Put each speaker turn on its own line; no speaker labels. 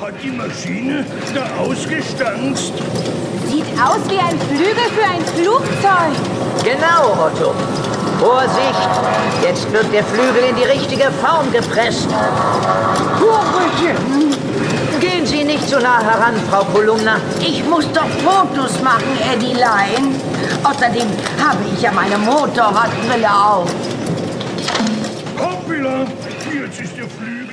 hat die Maschine da ausgestanzt.
Sieht aus wie ein Flügel für ein Flugzeug.
Genau, Otto. Vorsicht! Jetzt wird der Flügel in die richtige Form gepresst. Gehen Sie nicht so nah heran, Frau Kolumna.
Ich muss doch Fotos machen, Eddie-Line. Außerdem habe ich ja meine Motorradbrille auf.
Hoppla, jetzt ist der Flügel